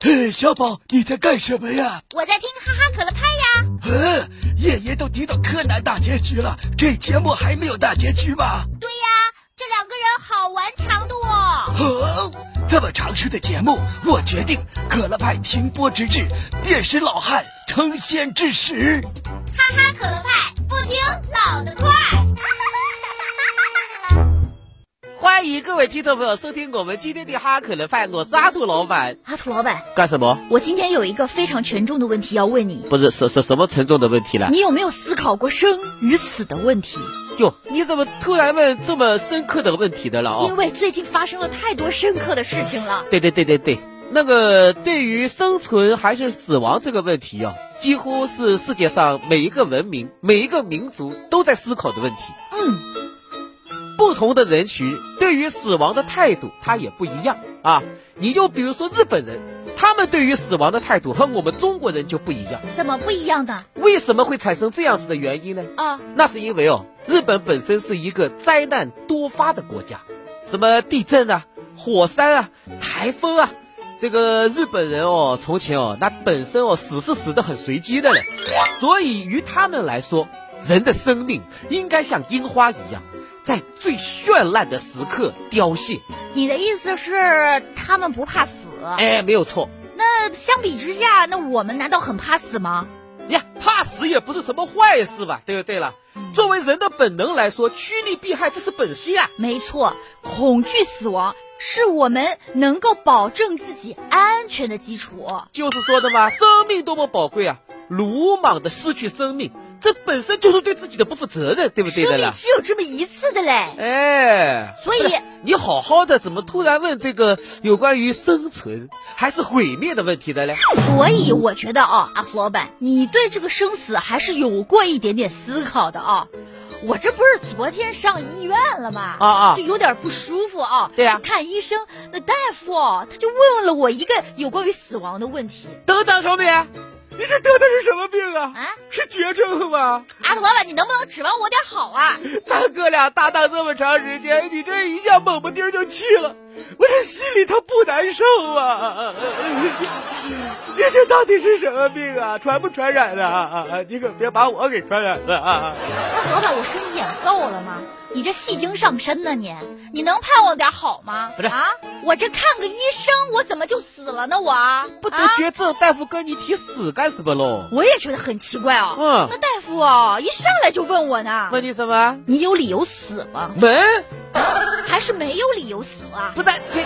呃，小宝，你在干什么呀？我在听哈哈可乐派呀。呃，爷爷都听到柯南大结局了，这节目还没有大结局吗？对呀，这两个人好顽强的哦。哦，这么长寿的节目，我决定可乐派停播直至变身老汉成仙之时。哈哈可乐派，不听老得快。欢迎各位听众朋友收听我们今天的哈可乐派，我是阿土老板。阿土老板，干什么？我今天有一个非常沉重的问题要问你，不是什什什么沉重的问题了？你有没有思考过生与死的问题？哟，你怎么突然问这么深刻的问题的了因哦？为最近发生了太多深刻的事情了。对对对对对，那个对于生存还是死亡这个问题哦，几乎是世界上每一个文明、每一个民族都在思考的问题。嗯，不同的人群对于死亡的态度，它也不一样啊。你就比如说日本人，他们对于死亡的态度和我们中国人就不一样。嗯怎么不一样呢？为什么会产生这样子的原因呢？啊，那是因为哦，日本本身是一个灾难多发的国家，什么地震啊、火山啊、台风啊，这个日本人哦，从前哦，那本身哦死是死的很随机的嘞，所以于他们来说，人的生命应该像樱花一样，在最绚烂的时刻凋谢。你的意思是他们不怕死？哎，没有错那相比之下，那我们难道很怕死吗？呀，怕死也不是什么坏事吧？对不对了？作为人的本能来说，趋利避害这是本性啊。没错，恐惧死亡是我们能够保证自己安全的基础。就是说的嘛，生命多么宝贵啊！鲁莽的失去生命，这本身就是对自己的不负责任，对不对生的命啦？只有这么一次的嘞。哎，所以不是你好好的，怎么突然问这个有关于生存还是毁灭的问题的嘞？所以我觉得啊，阿福老板，你对这个生死还是有过一点点思考的啊。我这不是昨天上医院了吗？啊啊就有点不舒服啊。对啊去看医生，那大夫哦，他就问了我一个有关于死亡的问题等等，小米，你这得的是什么病啊？啊。是绝症吗？阿福老板，你能不能指望我点好啊？ 咱哥俩搭档这么长时间，你这一下猛不丁儿就去了，我这心里头不难受啊！ 你这到底是什么病啊？传不传染的啊？你可别把我给传染了啊！阿福老板，我说你演够了吗？你这戏精上身呢你，你能盼望点好吗？不是啊，我这看个医生，我怎么就死了呢？我啊不得绝症，大夫跟你提死干什么喽？我也觉得很奇怪哦。嗯那大夫哦，一上来就问我呢，问你什么？你有理由死吗？门还是没有理由死啊？不是这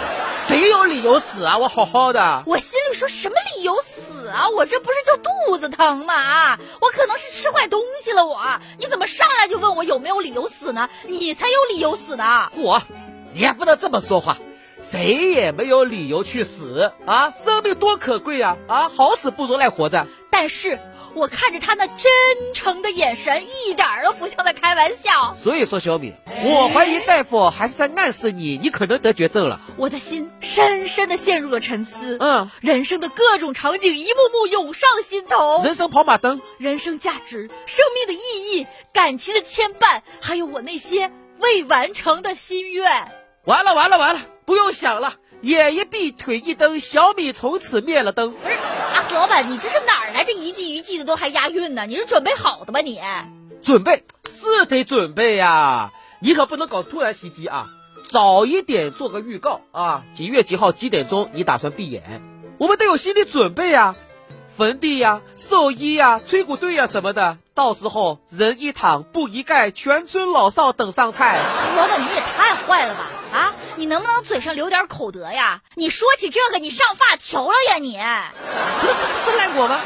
谁有理由死啊？我好好的，我心里说什么理由死啊？我这不是就肚子疼吗？啊，我可能是吃坏东西了我。你怎么上来就问我有没有理由死呢？你才有理由死呢！我，你也不能这么说话。谁也没有理由去死啊！生命多可贵呀、啊！啊，好死不如赖活着。但是我看着他那真诚的眼神，一点儿都不像在开玩笑。所以说，小米，我怀疑大夫还是在暗示你，你可能得绝症了。我的心深深的陷入了沉思。嗯，人生的各种场景一幕幕涌上心头。人生跑马灯，人生价值、生命的意义、感情的牵绊，还有我那些未完成的心愿。啊完了完了完了，不用想了，眼一闭，腿一蹬，小米从此灭了灯。不是，阿福老板，你这是哪儿来这一句一句的都还押韵呢？你是准备好的吧你？准备是得准备呀、你可不能搞突然袭击啊！早一点做个预告啊，几月几号几点钟你打算闭眼，我们得有心理准备呀、坟地呀、兽医呀、吹鼓队呀、什么的，到时候人一躺布一盖，全村老少等上菜。阿福老板，你也太坏了吧！啊，你能不能嘴上留点口德呀？你说起这个，你上发条了呀你？这赖我吗？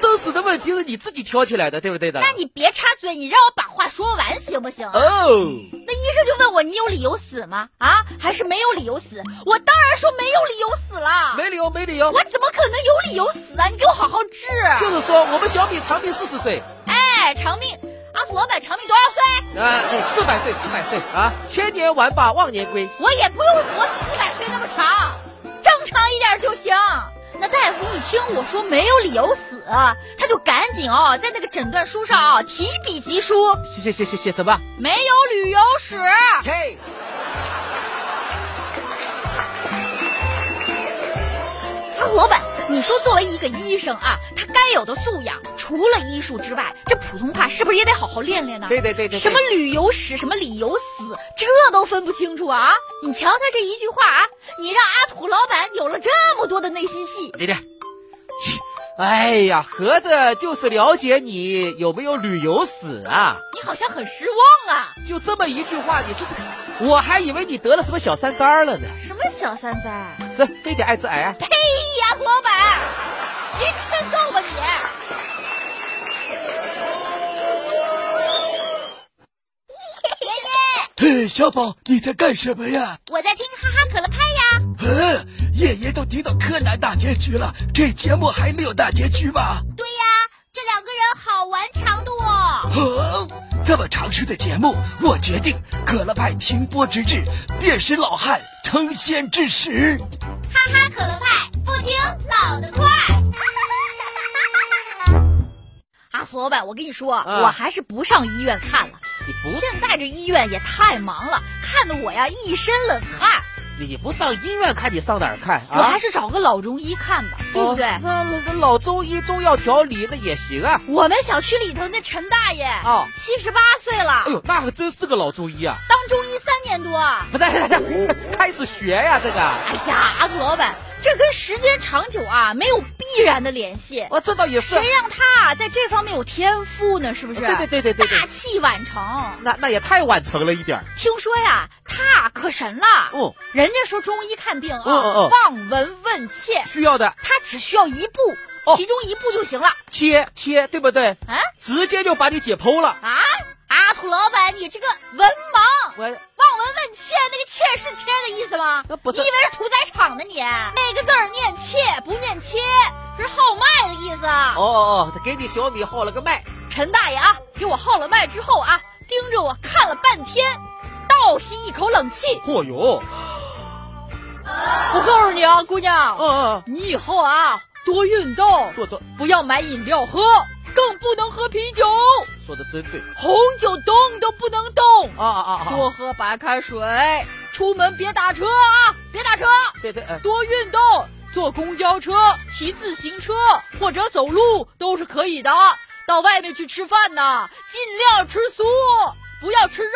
生死的问题是你自己挑起来的，对不对的？那你别插嘴，你让我把话说完行不行？哦，那医生就问我，你有理由死吗？啊，还是没有理由死？我当然说没有理由死了。没理由，没理由。我怎么可能有理由死啊？你给我好好治。就是说，我们小米长命四十岁，哎，长命，阿福老板长命多少岁？啊，哎，四百岁，四百岁啊，千年完吧，万年归。我也不用活四百岁那么长，正常一点就行。那大夫一听我说没有理由死，他就赶紧哦，在那个诊断书上啊提笔疾书，谢谢谢谢谢什么？没有旅游史。切！阿福老板，你说作为一个医生啊，他该有的素养，除了医术之外，这普通话是不是也得好好练练呢？对对对对对什么旅游史，什么理由死，这都分不清楚啊！你瞧他这一句话啊，你让阿土老板有了这么多的内心戏。你这，切哎呀，合着就是了解你有没有旅游史啊？你好像很失望啊！就这么一句话，你这，我还以为你得了什么小三肝了呢，什么小三三？这非得艾滋癌啊？呸！阿土哎老板，您真够吧你！嘿，小宝，你在干什么呀？我在听哈哈可乐派呀，呃，爷爷都听到柯南大结局了，这节目还没有大结局吗？对呀，这两个人好顽强的哦。哦，这么长寿的节目，我决定可乐派停播直至电视老汉成仙之时。哈哈可乐派不听老得快。阿福老板，我跟你说，啊我还是不上医院看了。你不，现在这医院也太忙了，看得我呀一身冷汗。你不上医院看，你上哪儿看我还啊？是找个老中医看吧，对不对？哦那那老中医中药调理那也行啊。我们小区里头那陈大爷，哦七十八岁了哎，呦，那可真是个老中医啊！当中医三年多。不是， 开始学呀、这个。哎呀，阿福老板，这跟时间长久啊没有必然的联系。哦，这倒也是。谁让他在这方面有天赋呢？是不是？对对对对对对大器晚成。那那也太晚成了一点儿。听说呀，他可神了。哦，人家说中医看病啊，嗯嗯嗯望闻问切，需要的他只需要一步，哦其中一步就行了。切切，对不对？啊直接就把你解剖了。啊！阿土老板，你这个文盲，望我闻问切，那个切是切的意思吗？那不你是以为是屠宰场呢你？那个字儿念切，不念切，是号脉的意思。啊。哦哦哦，给你小米号了个脉。陈大爷啊，给我号了脉之后啊，盯着我看了半天，倒吸一口冷气。嚯哟！我告诉你啊，姑娘，嗯嗯，你以后啊多运动嗯，多多不要买饮料喝，更不能喝啤酒，说的真对。红酒动都不能动，啊啊啊！啊多喝白开水，出门别打车啊，别打车，对对，呃，多运动，坐公交车、骑自行车或者走路都是可以的。到外面去吃饭呐，尽量吃素，不要吃肉，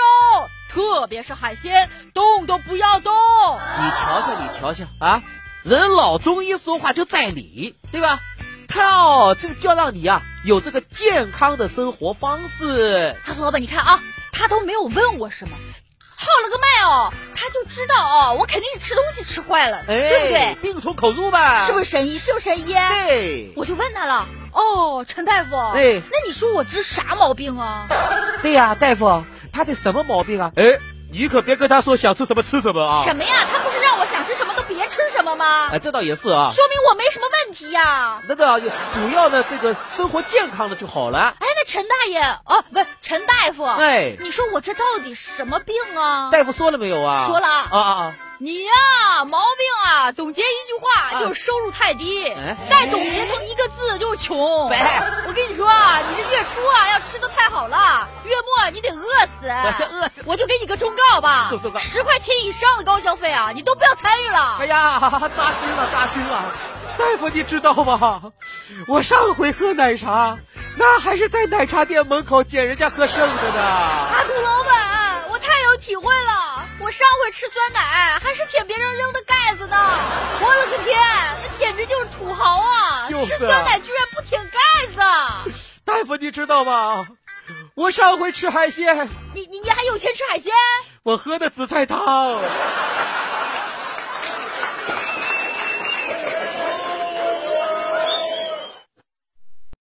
特别是海鲜，动都不要动。你瞧瞧，你瞧瞧啊，人老中医说话就在理，对吧？他哦，这个就要让你啊有这个健康的生活方式。阿老板，你看啊，他都没有问我什么，号了个脉哦，他就知道哦，我肯定是吃东西吃坏了，哎，对不对？病从口入吧？是不是？神医？是不是神啊医？哎对，我就问他了，哦，陈大夫，对那你说我治啥毛病啊？对呀、大夫，他得什么毛病啊？哎，你可别跟他说想吃什么吃什么啊！什么呀？他不是让我想吃什么都别吃什么吗？哎，这倒也是啊。说明我没什么问题呀、那个主要的这个生活健康的就好了。哎，那陈大爷，哦，不是陈大夫，哎，你说我这到底什么病啊？大夫说了没有啊？说了啊啊啊！你呀、毛病啊，总结一句话、啊就是收入太低，哎再总结成一个字就是穷。哎我跟你说啊，你这月初啊要吃的太好了，月末你得饿死。 饿死我就给你个忠告吧忠忠，告十块钱以上的高消费啊，你都不要参与了。哎呀，扎心了，扎心了！大夫，你知道吗？我上回喝奶茶，那还是在奶茶店门口捡人家喝剩的呢。阿土老板，我太有体会了。我上回吃酸奶还是舔别人扔的盖子呢，我了个天，那简直就是土豪啊！就是吃酸奶居然不舔盖子，大夫，你知道吗？我上回吃海鲜，你你你还有钱吃海鲜？我喝的紫菜汤。